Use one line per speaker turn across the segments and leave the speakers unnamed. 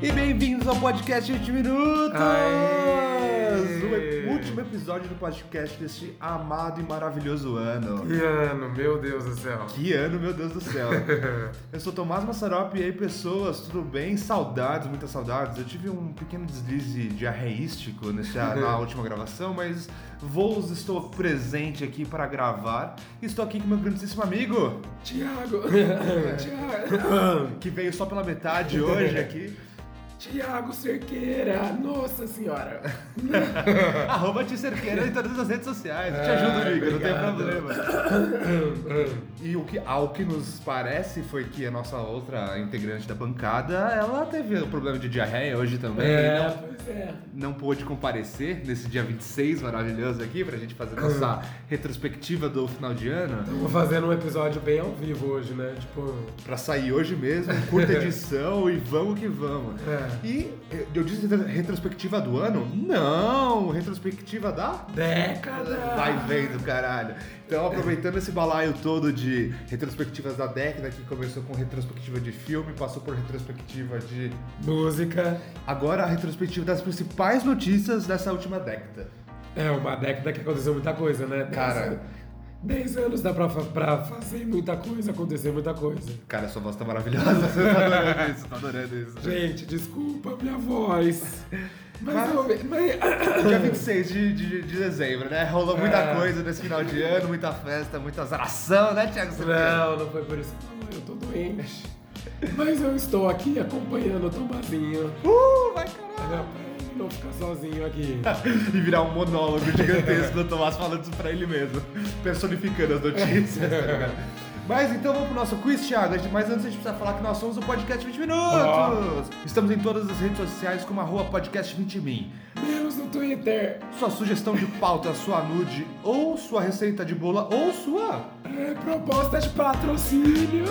bem-vindos ao podcast 20 Minutos!
Aê!
O e- último episódio do podcast deste amado e maravilhoso ano.
Que ano, meu Deus do céu.
Que ano, meu Deus do céu! Eu sou Tomás Massarop e aí, pessoas, tudo bem? Saudades, muitas saudades. Eu tive um pequeno deslize diarreístico nesse, na última gravação, mas vou, estou presente aqui para gravar. Estou aqui com meu grandíssimo amigo,
Tiago!
que veio só pela metade hoje aqui,
Tiago Cerqueira! Nossa Senhora! É.
arroba Tia Cerqueira em todas as redes sociais. Eu te ajudo,
Ah,
amigo, não tem
obrigado.
problema. E o que, ao que nos parece foi que a nossa outra integrante da bancada, ela teve um problema de diarreia hoje também. Não,
É, pois é.
não pôde comparecer nesse dia 26 maravilhoso aqui pra gente fazer nossa retrospectiva do final de ano.
Estamos fazendo um episódio bem ao vivo hoje, né? Tipo,
Pra sair hoje mesmo, curta edição e vamos que vamos.
É.
E eu disse retrospectiva do ano? Não! Retrospectiva da
década!
Vai vendo, caralho. Então, aproveitando esse balaio todo de retrospectivas da década, que começou com retrospectiva de filme, passou por retrospectiva de.
Música
Agora, a retrospectiva das principais notícias dessa última década.
é uma década que aconteceu muita coisa, né? Dez-
Cara.
Dez anos dá pra, fa- pra fazer muita coisa, acontecer muita coisa.
Cara, sua voz tá maravilhosa. Você tá adorando isso, tá adorando isso.
Gente, desculpa a minha voz.
Mas-
Mas, eu, mas
Dia 26 de, de, de dezembro, né? Rolou muita
É.
coisa nesse final de ano, muita festa, muita zaração, né, Thiago? Cerqueira?
Não, não foi por isso. não. Eu tô doente. Mas eu estou aqui acompanhando o Tomazinho.
Uh, vai caralho!
Pra ele não ficar sozinho aqui.
E virar um monólogo gigantesco do Tomás falando isso pra ele mesmo, personificando as notícias. tá ligado? Mas então vamos pro nosso quiz, Thiago. Mas antes a gente precisa falar que nós somos o Podcast 20 Minutos. Estamos em todas as redes sociais como arroba podcast 20 min.
Menos no Twitter.
Sua sugestão de pauta, sua nude, ou sua receita de bola, ou sua...
É proposta de patrocínio.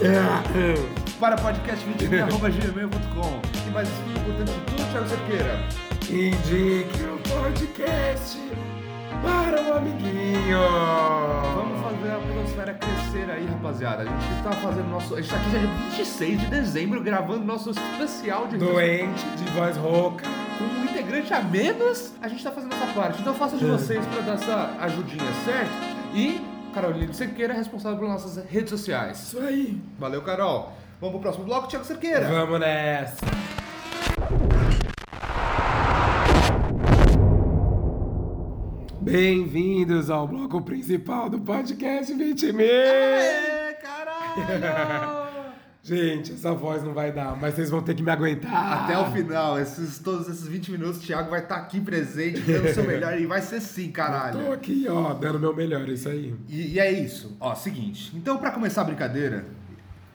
É.
Para podcast 20 min arroba gmail.com. E mais importante de tudo, Thiago Cerqueira.
Indique o podcast para um amiguinho.
Vamos fazer a atmosfera crescer aí, rapaziada. A gente tá fazendo nosso. A gente tá aqui já dia 26 de dezembro gravando nosso especial de
Doente de voz rouca.
com um integrante a menos. A gente tá fazendo essa parte. Então faça de vocês pra dar essa ajudinha, certo? E Carolina Cerqueira é responsável pelas nossas redes sociais.
Isso aí.
Valeu, Carol. Vamos pro próximo bloco, Thiago Cerqueira.
Vamos nessa. Bem-vindos ao bloco principal do podcast 20 mil.
Aê, caralho!
Gente, essa voz não vai dar, mas vocês vão ter que me aguentar.
Até o final, esses, todos esses 20 minutos, o Thiago vai estar aqui presente, dando o seu melhor, e vai ser sim, caralho.
Tô aqui, ó, dando meu melhor, isso aí.
E, e é isso. Ó, seguinte. Então, pra começar a brincadeira,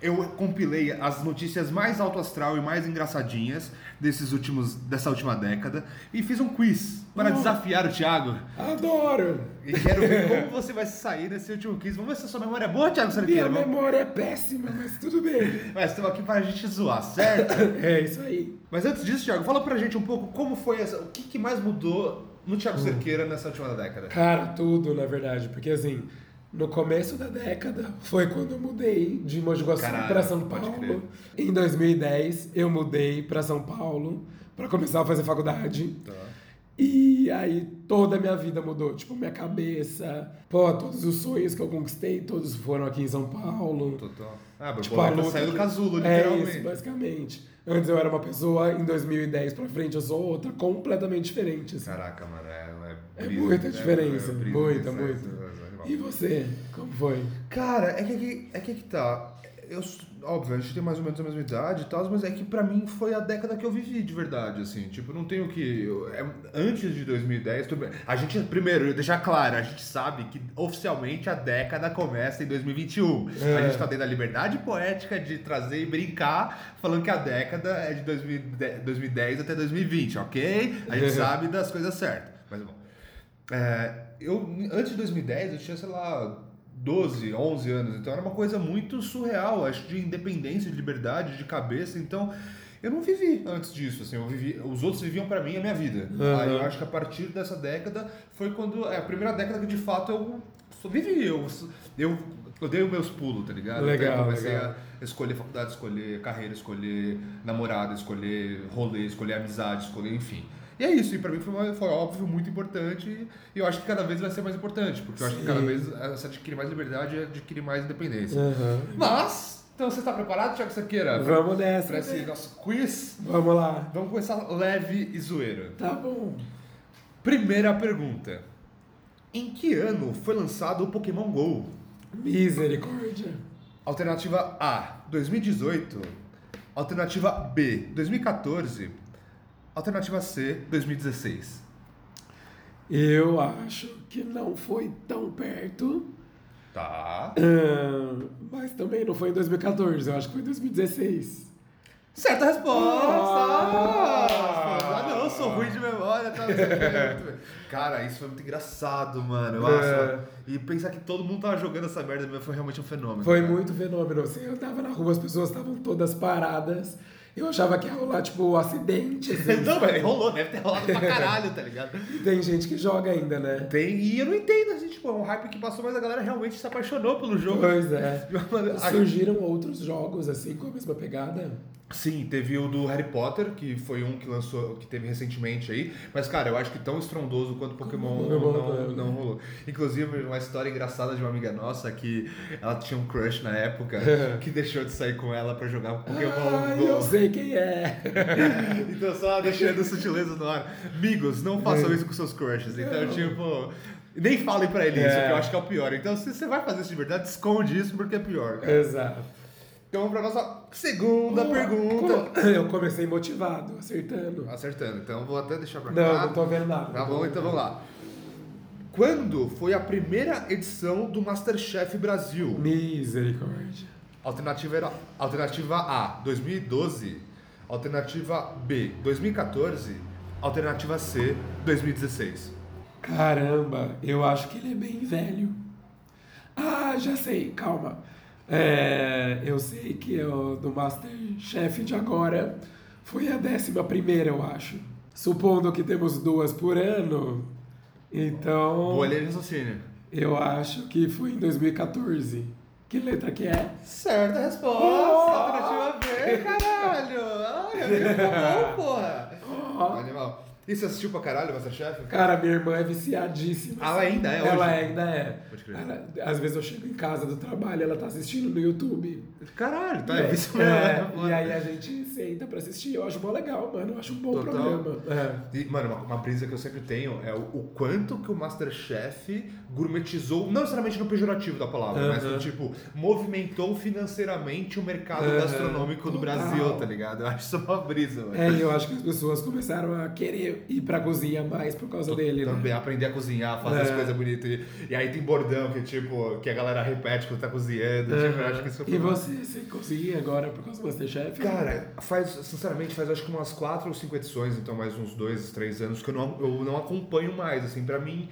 eu compilei as notícias mais alto astral e mais engraçadinhas desses últimos, dessa última década e fiz um quiz para
Uhum.
desafiar o Thiago.
Adoro!
E quero ver como você vai se sair nesse último quiz. Vamos ver se a sua memória é boa, Thiago
Minha
Cerqueira. Vamos-
memória é péssima, mas tudo bem.
Mas estamos aqui para a gente zoar, certo?
É isso aí.
Mas antes disso, Thiago, fala pra gente um pouco como foi essa. O que, que mais mudou no Thiago
Hum.
Cerqueira nessa última década?
Cara, tudo, na verdade, porque assim, no começo da década foi quando eu mudei de Mogi Guaçu
Caralho,
pra São
pode
Paulo. Em 2010, eu mudei pra São Paulo pra começar a fazer faculdade. E aí toda a minha vida mudou, tipo, minha cabeça, pô, todos os sonhos que eu conquistei, todos foram aqui em São Paulo.
Total. Ah,
Tipo,
borboleta
a luta
saiu do
que-
casulo,
É isso,
literalmente.
basicamente. Antes eu era uma pessoa, em 2010 pra frente eu sou outra, completamente diferente. assim.
Caraca, mano, é,
É
brisa,
muita
né?
diferença,
É brisa,
muita,
isso,
muita.
isso, isso, isso.
E você, como foi?
Cara, é que, é que é que que tá. Eu, óbvio, a gente tem mais ou menos a mesma idade e tal, mas é que pra mim foi a década que eu vivi de verdade, assim. Tipo, não tenho que. eu- é, antes de 2010, tudo bem. A gente, primeiro, eu deixar claro, a gente sabe que oficialmente a década começa em 2021. A
É.
gente tá dentro da liberdade poética de trazer e brincar, falando que a década é de 2010, 2010 até 2020, ok? A gente sabe das coisas certas. Mas bom. É, eu, antes de 2010, eu tinha, sei lá, 12, 11 anos. Então era uma coisa muito surreal, acho, de independência, de liberdade, de cabeça. Então eu não vivi antes disso, assim. Eu vivi, os outros viviam pra mim a minha vida.
Uhum.
Aí eu acho que a partir dessa década foi quando... É a primeira década que, de fato, eu só vivi. Eu, eu Eu dei os meus pulos, tá ligado?
Legal,
eu comecei
legal.
a escolher faculdade, escolher carreira, escolher namorada, escolher rolê, escolher amizade, escolher, enfim. E é isso, e pra mim foi, uma- foi óbvio, muito importante, e eu acho que cada vez vai ser mais importante, porque eu acho que cada
Sim.
vez você adquire mais liberdade e adquire mais independência.
Aham.
Mas, então você está preparado, Thiago Saqueira?
É. Vamos nessa.
Para esse nosso quiz?
Vamos lá.
Vamos começar leve e zoeira.
Tá bom.
Primeira pergunta. Em que ano foi lançado o Pokémon GO?
Misericórdia.
Alternativa A, 2018. Alternativa B, 2014. Alternativa C, 2016.
Eu acho que não foi tão perto,
Tá.
ahn, mas também não foi em 2014, eu acho que foi em 2016.
Certa
Ah!
resposta! Ah, não, eu sou ruim de memória, tá? Não sei o que, muito bem. Cara, isso foi muito engraçado, mano. Eu
É.
acho- E pensar que todo mundo tava jogando essa merda mesmo foi realmente um fenômeno.
Foi
cara.
muito fenômeno, assim, eu tava na rua, as pessoas estavam todas paradas, eu achava que ia rolar, tipo, acidente, assim.
Não, mas rolou, deve ter rolado pra caralho, tá ligado?
Tem gente que joga ainda, né?
Tem, e eu não entendo, assim, tipo, é um hype que passou, mas a galera realmente se apaixonou pelo jogo.
Pois é.
De uma maneira-
Surgiram outros jogos, assim, com a mesma pegada?
Sim, teve o do Harry Potter, que foi um que lançou, que teve recentemente aí. Mas, cara, eu acho que tão estrondoso quanto Pokémon não,
Pokémon,
não,
né?
rolou. Inclusive, uma história engraçada de uma amiga nossa que ela tinha um crush na época, que deixou de sair com ela pra jogar
Ah,
Pokémon Go.
É. eu sei quem é.
Então, só deixando sutilezas no ar. Amigos, não
É.
façam isso com seus crushes. Então, tipo, nem falem pra ele isso,
É.
que eu acho que é o pior. Então, se você vai fazer isso de verdade, esconde isso porque é pior, cara.
Exato.
Então, vamos pra nossa segunda pergunta.
Pô, é? Eu comecei motivado, acertando.
Acertando, então vou até deixar pra cá.
Não, não tô vendo nada.
Tá bom, então vamos lá. Quando foi a primeira edição do Masterchef Brasil?
Misericórdia.
Alternativa, era, alternativa A, 2012. Alternativa B, 2014. Alternativa C, 2016.
Caramba, eu acho que ele é bem velho. Ah, já sei, calma. É, eu sei que o do Masterchef de agora foi a décima primeira, eu acho. Supondo que temos duas por ano, então
Boa linha de raciocínio.
eu acho que foi em 2014. Que letra que é?
Certa resposta!
alternativa
B, caralho! Ai, bom, porra!
Ó.
Animal. E você assistiu pra caralho o Masterchef?
Cara, minha irmã é viciadíssima.
Ela ainda é hoje?
Ela ainda é.
Pode crer.
Ela- às vezes eu chego em casa do trabalho, ela tá assistindo no YouTube.
Caralho, tá
E aí-
é isso
é,
mesmo.
E aí a gente senta pra assistir. Eu acho mó legal, mano. Eu acho um bom
Total. É.
programa.
E, mano, uma, uma brisa que eu sempre tenho é o, o quanto que o Masterchef gourmetizou, não necessariamente no pejorativo da palavra, mas
Aham.
que, tipo, movimentou financeiramente o mercado
Aham.
gastronômico do Brasil,
Total.
tá ligado? Eu acho isso uma brisa, velho.
É. É, e eu acho que as pessoas começaram a querer ir pra cozinha mais por causa dele, né?
Também aprender a cozinhar, fazer as
É.
coisas bonitas. E, e aí tem bordão que, tipo, que a galera repete quando tá cozinhando. Tipo, eu acho que isso
E
foi uma-
você, você cozinha agora por causa do Masterchef?
Cara, faz, sinceramente, faz acho que umas quatro ou cinco edições, então mais uns dois, três anos, que eu não, eu não acompanho mais, assim, pra mim.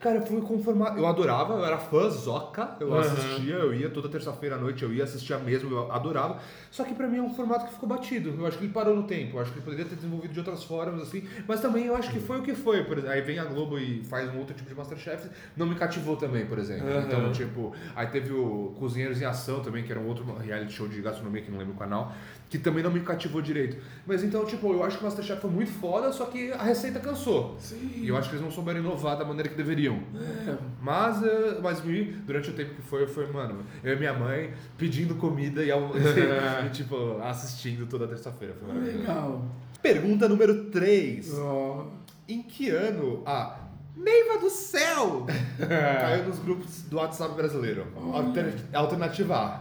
Cara, eu fui conformado. Eu adorava, eu era fã zoca, eu
Aham.
assistia, eu ia toda terça-feira à noite, eu ia, assistia mesmo, eu adorava. Só que pra mim é um formato que ficou batido. Eu acho que ele parou no tempo, eu acho que ele poderia ter desenvolvido de outras formas, assim. Mas também eu acho que foi o que foi. Por exemplo, aí vem a Globo e faz um outro tipo de Masterchef, não me cativou também, por exemplo.
Aham.
Então, tipo, Tipo, aí teve o Cozinheiros em Ação também, que era um outro reality show de gastronomia que não lembro o canal, que também não me cativou direito. Mas então, tipo, eu acho que o Masterchef foi muito foda, só que a receita cansou.
Sim.
E eu acho que eles não souberam inovar da maneira que deveriam.
É.
Mas, eh, mas me, durante o tempo que foi, foi, mano, eu e minha mãe pedindo comida e, al- e, tipo, assistindo toda terça-feira. Foi maravilhoso.
Legal.
Pergunta número 3.
Ó.
Em que ano a Neiva do Céu caiu nos grupos do WhatsApp brasileiro?
Hum.
Alter- Alternativa A,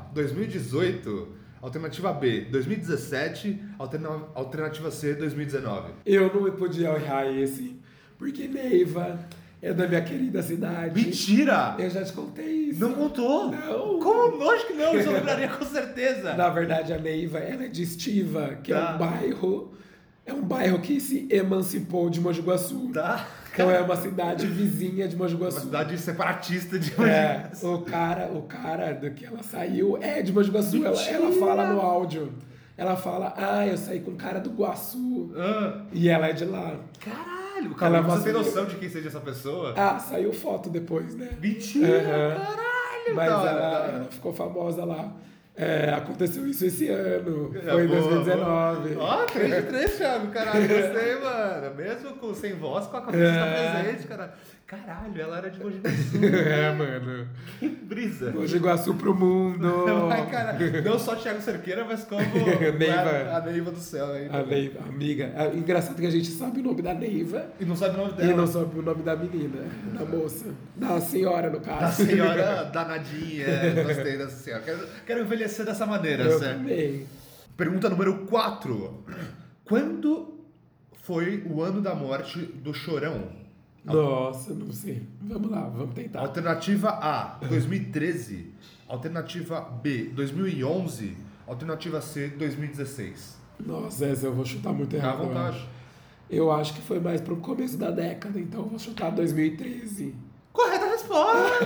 2018. Alternativa B, 2017. Alterna- Alternativa C, 2019.
Eu não podia errar esse, porque Neiva é da minha querida cidade.
Mentira!
Eu já te contei isso.
Não contou?
Não.
Como? Lógico que não, isso eu lembraria com certeza.
Na verdade, a Neiva ela é de Estiva, que é
Tá.
um bairro. É um bairro que se emancipou de Mogi Guaçu.
Tá?
Então é uma cidade vizinha de Mogi
Uma
Guaçu.
cidade separatista de
É, o cara, o cara do que ela saiu é de Mogi Guaçu. Ela,
Mentira!
ela fala no áudio. Ela fala, ah, eu saí com o cara do Guaçu.
Ah,
E ela é de lá.
caralho, cara,
Ela é
você tem
vacilou.
Tá. noção de quem seja essa pessoa?
Ah, saiu foto depois, né?
Mentira,
Aham.
caralho! Caralho,
Mas
da hora,
ela,
da hora.
ela ficou famosa lá. É, aconteceu isso esse ano.
É,
Foi em
boa,
2019.
boa. Ó, 3 de 3, Thiago. Caralho, gostei, mano. Mesmo com, sem voz, com a cabeça
É.
presente, cara. Caralho, ela era de Mogi do Sul.
É, mano.
Que brisa.
Hoje Iguaçu pro mundo.
Ai, cara, não só Thiago Cerqueira, mas como
Neiva.
a, a Neiva do céu. Aí.
A Neiva, amiga. É engraçado que a gente sabe o nome da Neiva
E não sabe o nome
e
dela.
não sabe o nome da menina, da moça. Da senhora, no caso.
Da senhora danadinha. é, Gostei dessa senhora. Quero, quero envelhecer dessa maneira,
Eu
tá certo?
também.
Pergunta número 4. Quando foi o ano da morte do Chorão?
Nossa, não sei. Vamos lá, vamos tentar.
Alternativa A, 2013. Alternativa B, 2011. Alternativa C, 2016.
Nossa, essa eu vou chutar muito
Fica à
errado. né? eu
vontade.
acho. Eu acho que foi mais pro começo da década, então eu vou chutar 2013.
Correta resposta!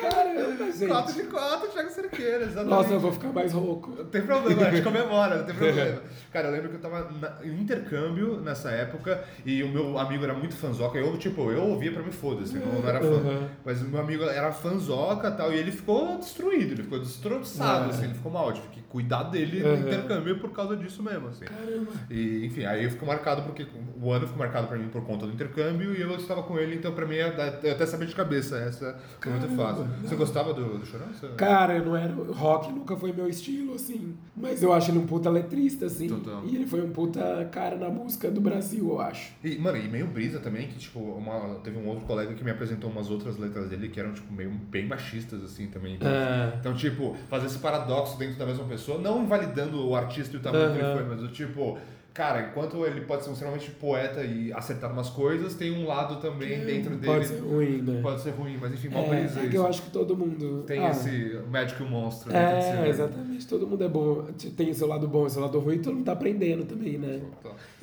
Caramba, gente.
4 de 4, Thiago Cerqueira, exatamente.
Nossa, eu vou ficar mais rouco.
Não tem problema, a gente comemora, não tem problema. Cara, eu lembro que eu tava na- em intercâmbio nessa época e o meu amigo era muito fanzoca. Eu, tipo, eu ouvia pra mim, foda-se, eu não, não era fã.
Uhum.
Mas o meu amigo era fanzoca e tal, e ele ficou destruído, ele ficou destroçado,
Ah.
assim, ele ficou mal. Tive que cuidar dele
Uhum.
no intercâmbio por causa disso mesmo, assim.
Caramba.
E, enfim, aí eu fico marcado porque o ano ficou marcado pra mim por conta do intercâmbio e eu estava com ele, então pra mim é da- eu até sabia de cabeça, essa foi muito fácil. Você gostava do, do Chorão? Você-
Cara, eu não era. Rock nunca foi meu estilo, assim. Mas eu acho ele um puta letrista, assim.
Total.
E ele foi um puta cara na música do Brasil, eu acho.
E, mano, e meio brisa também, que, tipo, uma, teve um outro colega que me apresentou umas outras letras dele que eram, tipo, meio bem machistas, assim, também. Então,
Ah.
então, tipo, fazer esse paradoxo dentro da mesma pessoa, não invalidando o artista e o tamanho que ele
Aham.
foi, mas do tipo, cara, enquanto ele pode ser um extremamente poeta e acertar umas coisas, tem um lado também dentro dele
Pode ser ruim, né?
que pode ser ruim, mas enfim, mal brisa
É, é que
isso.
eu acho que todo mundo.
Tem
Ah,
esse médico e o monstro. né, dentro desse-
É, exatamente. Todo mundo é bom. Tem seu lado bom e seu lado ruim, todo mundo tá aprendendo também, né?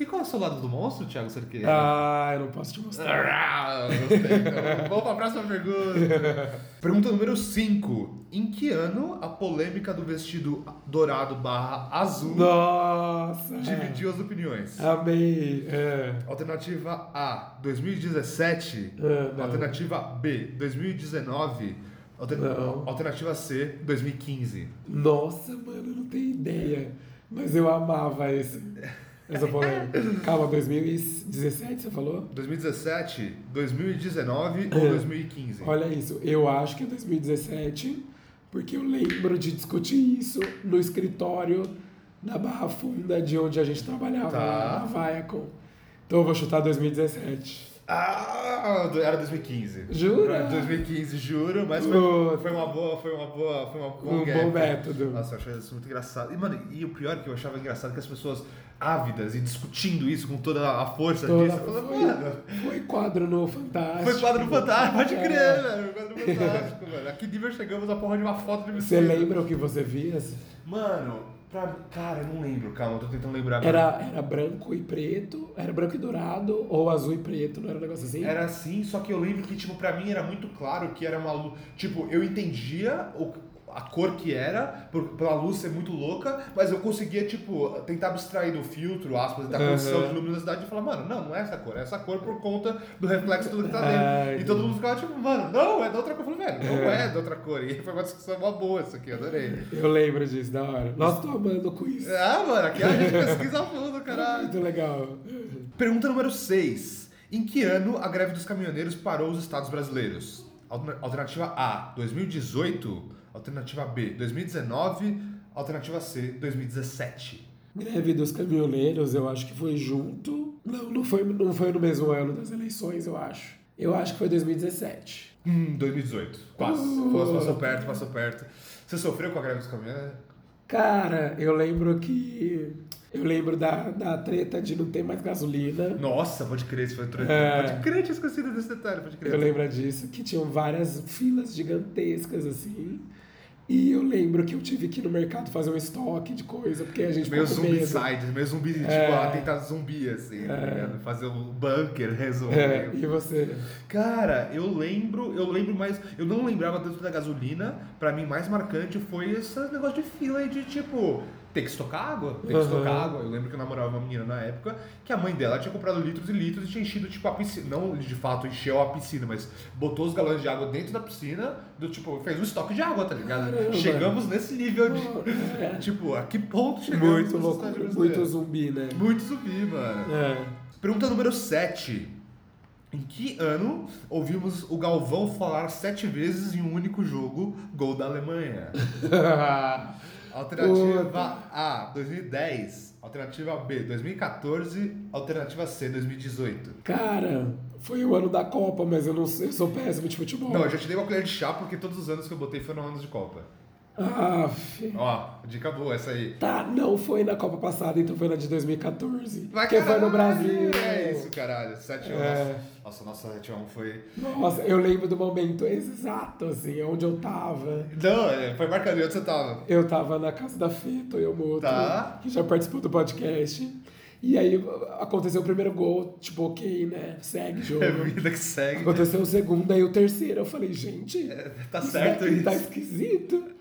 E qual é o seu lado do monstro, Thiago Cerqueira?
Ah, eu não posso te mostrar.
Ah, gostei, então. Vamos para a próxima pergunta. Pergunta número 5. Em que ano a polêmica do vestido dourado barra azul
Nossa!
Ah. dividiu as opiniões?
Amei. É.
Alternativa A, 2017.
É, não.
Alternativa B, 2019. Alter-
Não.
Alternativa C, 2015.
Nossa, mano, eu não tenho ideia. Mas eu amava esse, essa polêmica. Calma, 2017 você falou?
2017, 2019
É.
ou 2015?
Olha isso, eu acho que é 2017, porque eu lembro de discutir isso no escritório da Barra Funda, de onde a gente trabalhava,
Tá.
na Viacom. Então eu vou chutar 2017.
Ah, era 2015.
Jura?
2015, juro, mas foi,
Puta.
foi uma boa, foi uma boa, foi uma boa
Um
gap.
bom método.
Nossa, eu achei isso muito engraçado. E, mano, e o pior é que eu achava engraçado que as pessoas ávidas e discutindo isso com toda a força
Toda-
disso, eu falava, Então, mano,
foi, foi quadro no Fantástico.
foi quadro fantástico, pode
É.
crer, velho, quadro fantástico, mano. A que nível chegamos a porra de uma foto de
Você
vestido?
lembra o que você via?
Mano, pra... cara, eu não lembro, calma, eu tô tentando lembrar.
Era, era branco e preto, era branco e dourado, ou azul e preto, não era um negócio assim?
Era assim, só que eu lembro que, tipo, pra mim era muito claro que era uma luz. Tipo, eu entendia o, a cor que era, por, pela luz ser muito louca, mas eu conseguia, tipo, tentar abstrair do filtro, aspas, da
Aham.
condição de luminosidade e falar, mano, não, não é essa cor, é essa cor por conta do reflexo do que tá
Ai,
dentro. E todo mundo ficava, tipo, mano, não, é da outra cor. Eu falei, velho, não é. da outra cor. E foi uma discussão mó boa isso aqui, adorei.
Eu lembro disso, da hora. Nossa, tô amando com isso.
Ah, mano, aqui a gente pesquisa a fundo, caralho.
Muito legal.
Pergunta número 6. Em que ano a greve dos caminhoneiros parou os estados brasileiros? Alter- Alternativa A, 2018. Alternativa B, 2019. Alternativa C, 2017.
Greve dos caminhoneiros, eu acho que foi junto. Não, não foi, não foi no mesmo ano das eleições, eu acho. Eu acho que foi 2017.
Hum, 2018. Quase.
Uh.
Passou, passou perto, passou perto. Você sofreu com a greve dos caminhoneiros?
Cara, eu lembro que. Eu lembro da, da treta de não ter mais gasolina.
Nossa, pode crer, isso foi treta.
É.
Pode crer, tinha esquecido desse detalhe, pode crer.
Eu lembro disso, que tinham várias filas gigantescas, assim. E eu lembro que eu tive que ir no mercado fazer um estoque de coisa, porque a gente
Meio
ficou com medo. É.
zumbicide, meio zumbi, tipo, ah, tentar zumbi, assim, tá ligado? Fazer um bunker, resolver.
É, e você?
Cara, eu lembro, eu lembro mais. Eu não lembrava tanto da gasolina. Pra mim, mais marcante foi esse negócio de fila e de tipo. ter que estocar água, ter que estocar água. Eu lembro que eu namorava uma menina na época que a mãe dela tinha comprado litros e litros e tinha enchido, tipo, a piscina. Não, de fato, encheu a piscina, mas botou os galões de água dentro da piscina, do tipo, fez um estoque de água, tá ligado?
Caramba.
Chegamos nesse nível de.
É,
tipo, a que ponto chegamos?
Muito
nos
louco,
Estados Unidos
muito
brasileiros?
zumbi, né?
Muito zumbi, mano.
É.
Pergunta número 7. Em que ano ouvimos o Galvão falar sete vezes em um único jogo gol da Alemanha? Alternativa A, 2010. Alternativa B, 2014. Alternativa C, 2018.
Cara, foi o ano da Copa, mas eu não sei, eu sou péssimo de futebol.
Não, eu já te dei uma colher de chá porque todos os anos que eu botei foram anos de Copa.
Ah, fi-
Ó, dica boa essa aí.
Tá, não foi na Copa passada, então foi na de 2014.
Vai,
que foi no
caralho!
Brasil.
É isso, caralho. 7 1
É.
Nossa, nossa, 7 1 foi.
Nossa, eu lembro do momento exato, assim, onde eu tava.
Não, é, foi marcando. E onde você tava?
Eu tava na casa da Fita e o Moto,
Tá.
que já participou do podcast. E aí aconteceu o primeiro gol, tipo, ok, né? Segue jogo.
É vida que segue.
Aconteceu o segundo, aí o terceiro. Eu falei, gente,
Tá
isso
certo
daqui Tá
isso.
esquisito.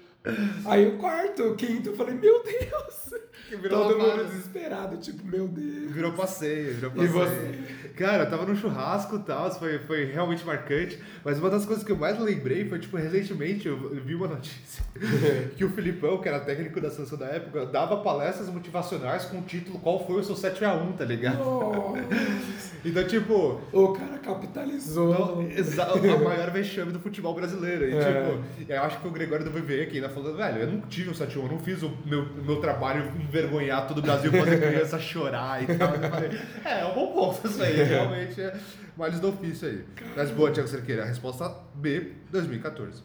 Aí o quarto, o quinto, eu falei, meu Deus.
Que virou
Todo
uma
mundo
base.
desesperado, tipo, meu Deus.
Virou passeio, virou passeio.
você?
Cara, eu tava num churrasco e tal, isso foi, foi realmente marcante. Mas uma das coisas que eu mais lembrei foi, tipo, recentemente eu vi uma notícia que o Filipão, que era técnico da seleção da época, dava palestras motivacionais com o título Qual foi o seu 7x1, tá ligado?
Nossa.
Então, tipo,
o cara capitalizou.
Então, exa- o maior vexame do futebol brasileiro. E,
É.
tipo, eu acho que o Gregório do VV aqui ainda falou, velho, eu não tive um 7 1 eu não fiz o meu, o meu trabalho envergonhar todo o Brasil, fazer criança chorar e tal. Eu falei, é, é um bom ponto isso aí, realmente é males do ofício aí. Mas boa, Tiago Cerqueira, a resposta B, 2014.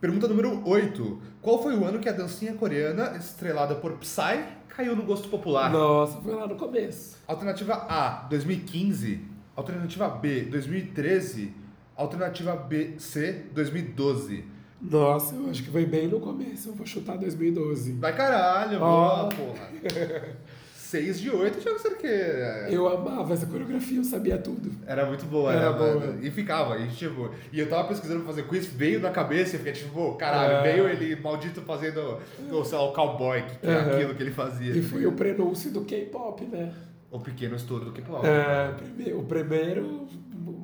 Pergunta número 8. Qual foi o ano que a dancinha coreana, estrelada por Psy, caiu no gosto popular?
Nossa, foi lá no começo.
Alternativa A, 2015. Alternativa B, 2013. Alternativa B, C, 2012.
Nossa, eu acho que foi bem no começo. Eu vou chutar 2012.
Vai caralho,
Ó.
boa, porra. 6 de 8, Thiago Cerqueira.
Eu amava essa coreografia, eu sabia tudo.
Era muito boa,
Era
era né,
boa.
mano? E ficava, e tipo, e eu tava pesquisando pra fazer quiz, veio na cabeça e eu fiquei tipo, "Pô, caralho,
É.
veio ele maldito fazendo, ou, sei lá, o cowboy, que, que é
Aham.
aquilo que ele fazia.
E foi o prenúncio do K-pop, né?
O pequeno estouro do K-pop.
É, prime- o primeiro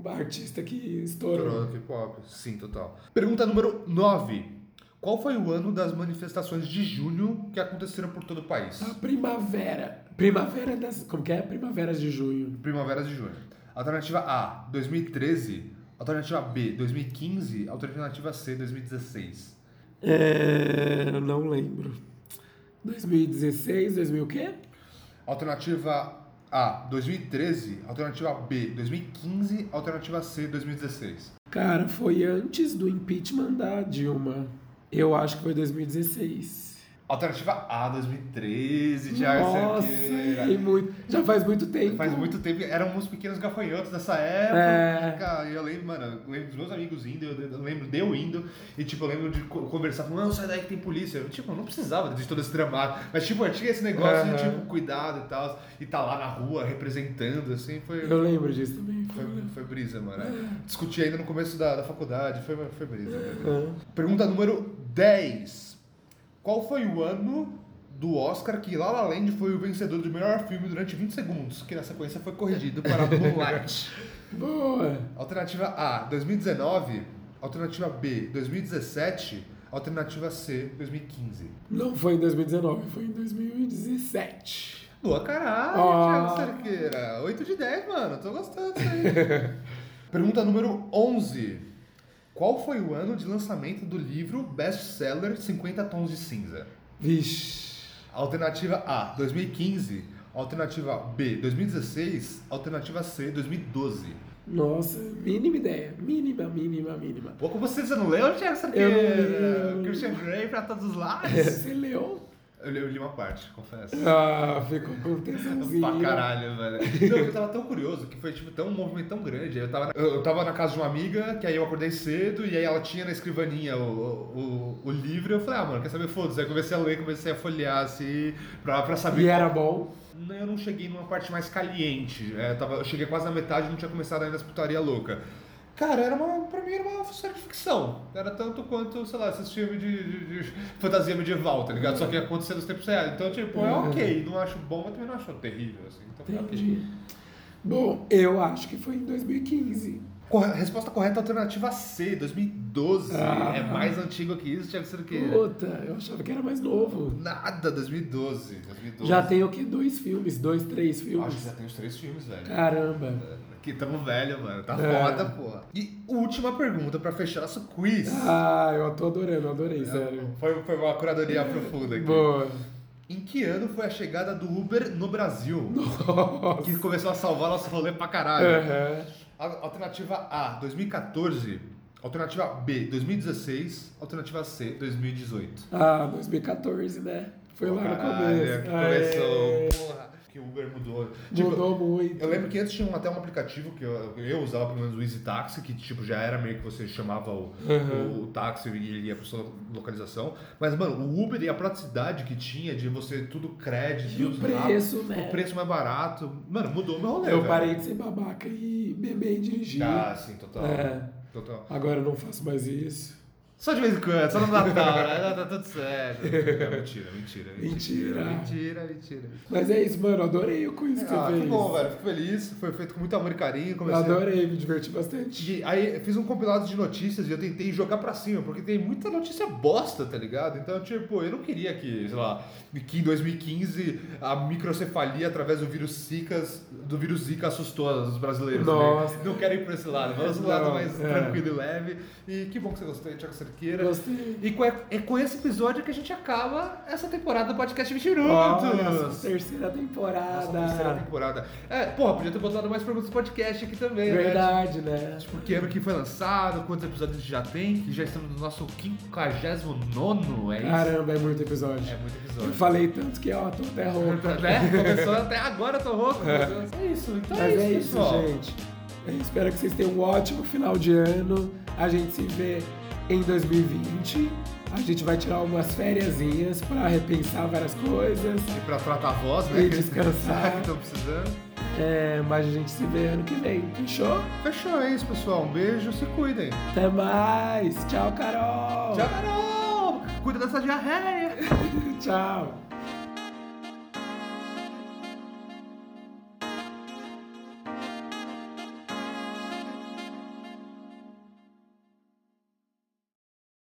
artista que estourou.
Estourou no K-pop, sim, total. Pergunta número 9. Qual foi o ano das manifestações de junho que aconteceram por todo o país?
A primavera. Primavera das. Como que é? Primavera de junho.
Primavera de junho. Alternativa A, 2013. Alternativa B, 2015. Alternativa C, 2016.
É. eu Não lembro. 2016, 2000 o quê?
Alternativa A, 2013. Alternativa B, 2015. Alternativa C, 2016.
Cara, foi antes do impeachment da Dilma. Eu acho que foi 2016.
Alternativa A, 2013. Thiago é
Nossa,
Cerqueira.
e muito. Já faz muito tempo.
Faz muito tempo, eram uns pequenos gafanhotos dessa época.
É.
E eu lembro, mano, eu lembro dos meus amigos indo, eu eu lembro de eu indo, e tipo, eu lembro de co- conversar com, não, sai daí que tem polícia. Eu, tipo, eu não precisava de todo esse dramado. Mas, tipo, eu tinha esse negócio de,
Aham.
tipo, cuidado e tal, e tá lá na rua representando, assim, foi.
Eu lembro disso também.
Foi,
Foi...
foi brisa, mano. Discuti ainda no começo da, da faculdade, foi, foi brisa. velho.
Aham.
Pergunta número 10. Qual foi o ano do Oscar que La La Land foi o vencedor do melhor filme durante 20 segundos, que na sequência foi corrigido para Moonlight?
Boa.
Alternativa A, 2019. Alternativa B, 2017. Alternativa C, 2015.
Não foi em 2019, foi em 2017.
Boa caralho,
Ah.
Thiago Cerqueira. 8 de 10, mano. Tô gostando disso aí. Pergunta número 11. Qual foi o ano de lançamento do livro best-seller 50 Tons de Cinza?
Vixe.
Alternativa A, 2015. Alternativa B, 2016. Alternativa C, 2012.
Nossa, mínima ideia. Mínima, mínima, mínima.
Pô, com você, você não leu, Thiago
Eu não
Cerqueira?
li.
eh, Christian Grey pra todos os lados.
Você leu?
eu, li, eu li uma parte, confesso.
Ah, ficou com tesãozinho.
Pra caralho, velho. Não, eu tava tão curioso, que foi tipo tão, um movimento tão grande. Eu tava, eu eu tava na casa de uma amiga, que aí eu acordei cedo, e aí ela tinha na escrivaninha o, o, o livro, e eu falei, ah, mano, quer saber, foda-se. Aí eu comecei a ler, comecei a folhear, assim, pra, pra saber
E era bom.
Não, Eu não cheguei numa parte mais caliente. É, eu, tava- eu cheguei quase na metade e não tinha começado ainda as putaria louca. Cara, era uma, pra mim era uma série de ficção. Era tanto quanto, sei lá, esses filmes de, de- de fantasia medieval, tá ligado? Só que acontecendo nos tempos reais. Então, tipo, é
Uhum.
ok. Não acho bom, mas também não acho terrível, assim. Então, foi ok.
Entendi. Bom, eu acho que foi em 2015.
Corre- Resposta correta é alternativa C, 2012.
Ah.
É mais antigo que isso, tinha que ser o quê?
Puta, eu achava que era mais novo.
Nada, 2012. 2012.
Já tem o quê? Dois filmes? Dois, três filmes?
Acho que já tem os três filmes, velho.
Caramba.
Que tamo velho, mano. Tá
É.
foda, porra. E última pergunta pra fechar nosso quiz.
Ah, eu tô adorando,
É,
adorei, sério.
Foi, foi uma curadoria profunda aqui.
Boa.
Em que ano foi a chegada do Uber no Brasil?
Nossa. É.
Que começou a salvar nosso rolê pra caralho.
Aham.
A- Alternativa A, 2014. Alternativa B, 2016. Alternativa C, 2018.
Ah, 2014, né? Foi lá no
Caralho, é,
começo.
que
Aê.
começou, porra. Que o Uber mudou. Tipo,
Mudou muito.
Eu lembro que antes tinha um- até um aplicativo que eu, eu usava, pelo menos o Easy Taxi, que tipo, já era meio que você chamava o,
Uhum.
o táxi e ele ia pra sua localização. Mas, mano, o Uber e a praticidade que tinha de você tudo crédito,
E o
tudo
preço, né?
o preço é mais barato. Mano, mudou meu rolê.
Eu
velho.
parei de ser babaca e beber e dirigir.
Ah, sim, total.
É.
Total.
Agora eu não faço mais isso.
Só de vez em quando, só no Natal, né? Tá tudo certo. É, mentira, mentira,
Mentira.
Mentira, mentira.
Mas é isso, mano. Adorei o quiz que
Ah,
você
que
fez.
bom, velho. Fico feliz. Foi feito com muito amor e carinho.
Eu
Comecei
adorei, me diverti bastante.
E aí fiz um compilado de notícias e eu tentei jogar pra cima, porque tem muita notícia bosta, tá ligado? Então, tipo, eu não queria que, sei lá, que em 2015 a microcefalia através do vírus Zika, do vírus Zika assustou os brasileiros. né?
Nossa.
Não quero ir pra esse lado, vamos pro lado
Não,
mais
é.
tranquilo e leve. E que bom que você gostou, Tiago Cerqueira.
Gostei.
E com, é com esse episódio que a gente acaba essa temporada do podcast Mentirutos.
Olha, essa terceira temporada.
Nossa, terceira temporada. É, porra, podia ter botado mais perguntas do podcast aqui também, né?
Verdade, né?
Tipo, que ano que foi lançado, quantos episódios já tem, que já estamos no nosso 59, é isso?
Caramba, é muito episódio.
É muito episódio.
Eu falei tanto que, ó, tô até rouco.
Né? Começou até agora, eu tô rouco. mas É isso, então
Mas
é isso, pessoal.
gente. Eu espero que vocês tenham um ótimo final de ano. A gente se vê em 2020. A gente vai tirar umas férias pra repensar várias coisas.
E pra tratar a voz, né?
E
que eles
descansar.
que estão precisando.
É, mas a gente se vê ano que vem. Fechou?
Fechou, é isso, pessoal. Um beijo, se cuidem.
Até mais. Tchau, Carol.
Tchau, Carol! Cuida dessa diarreia!
Tchau.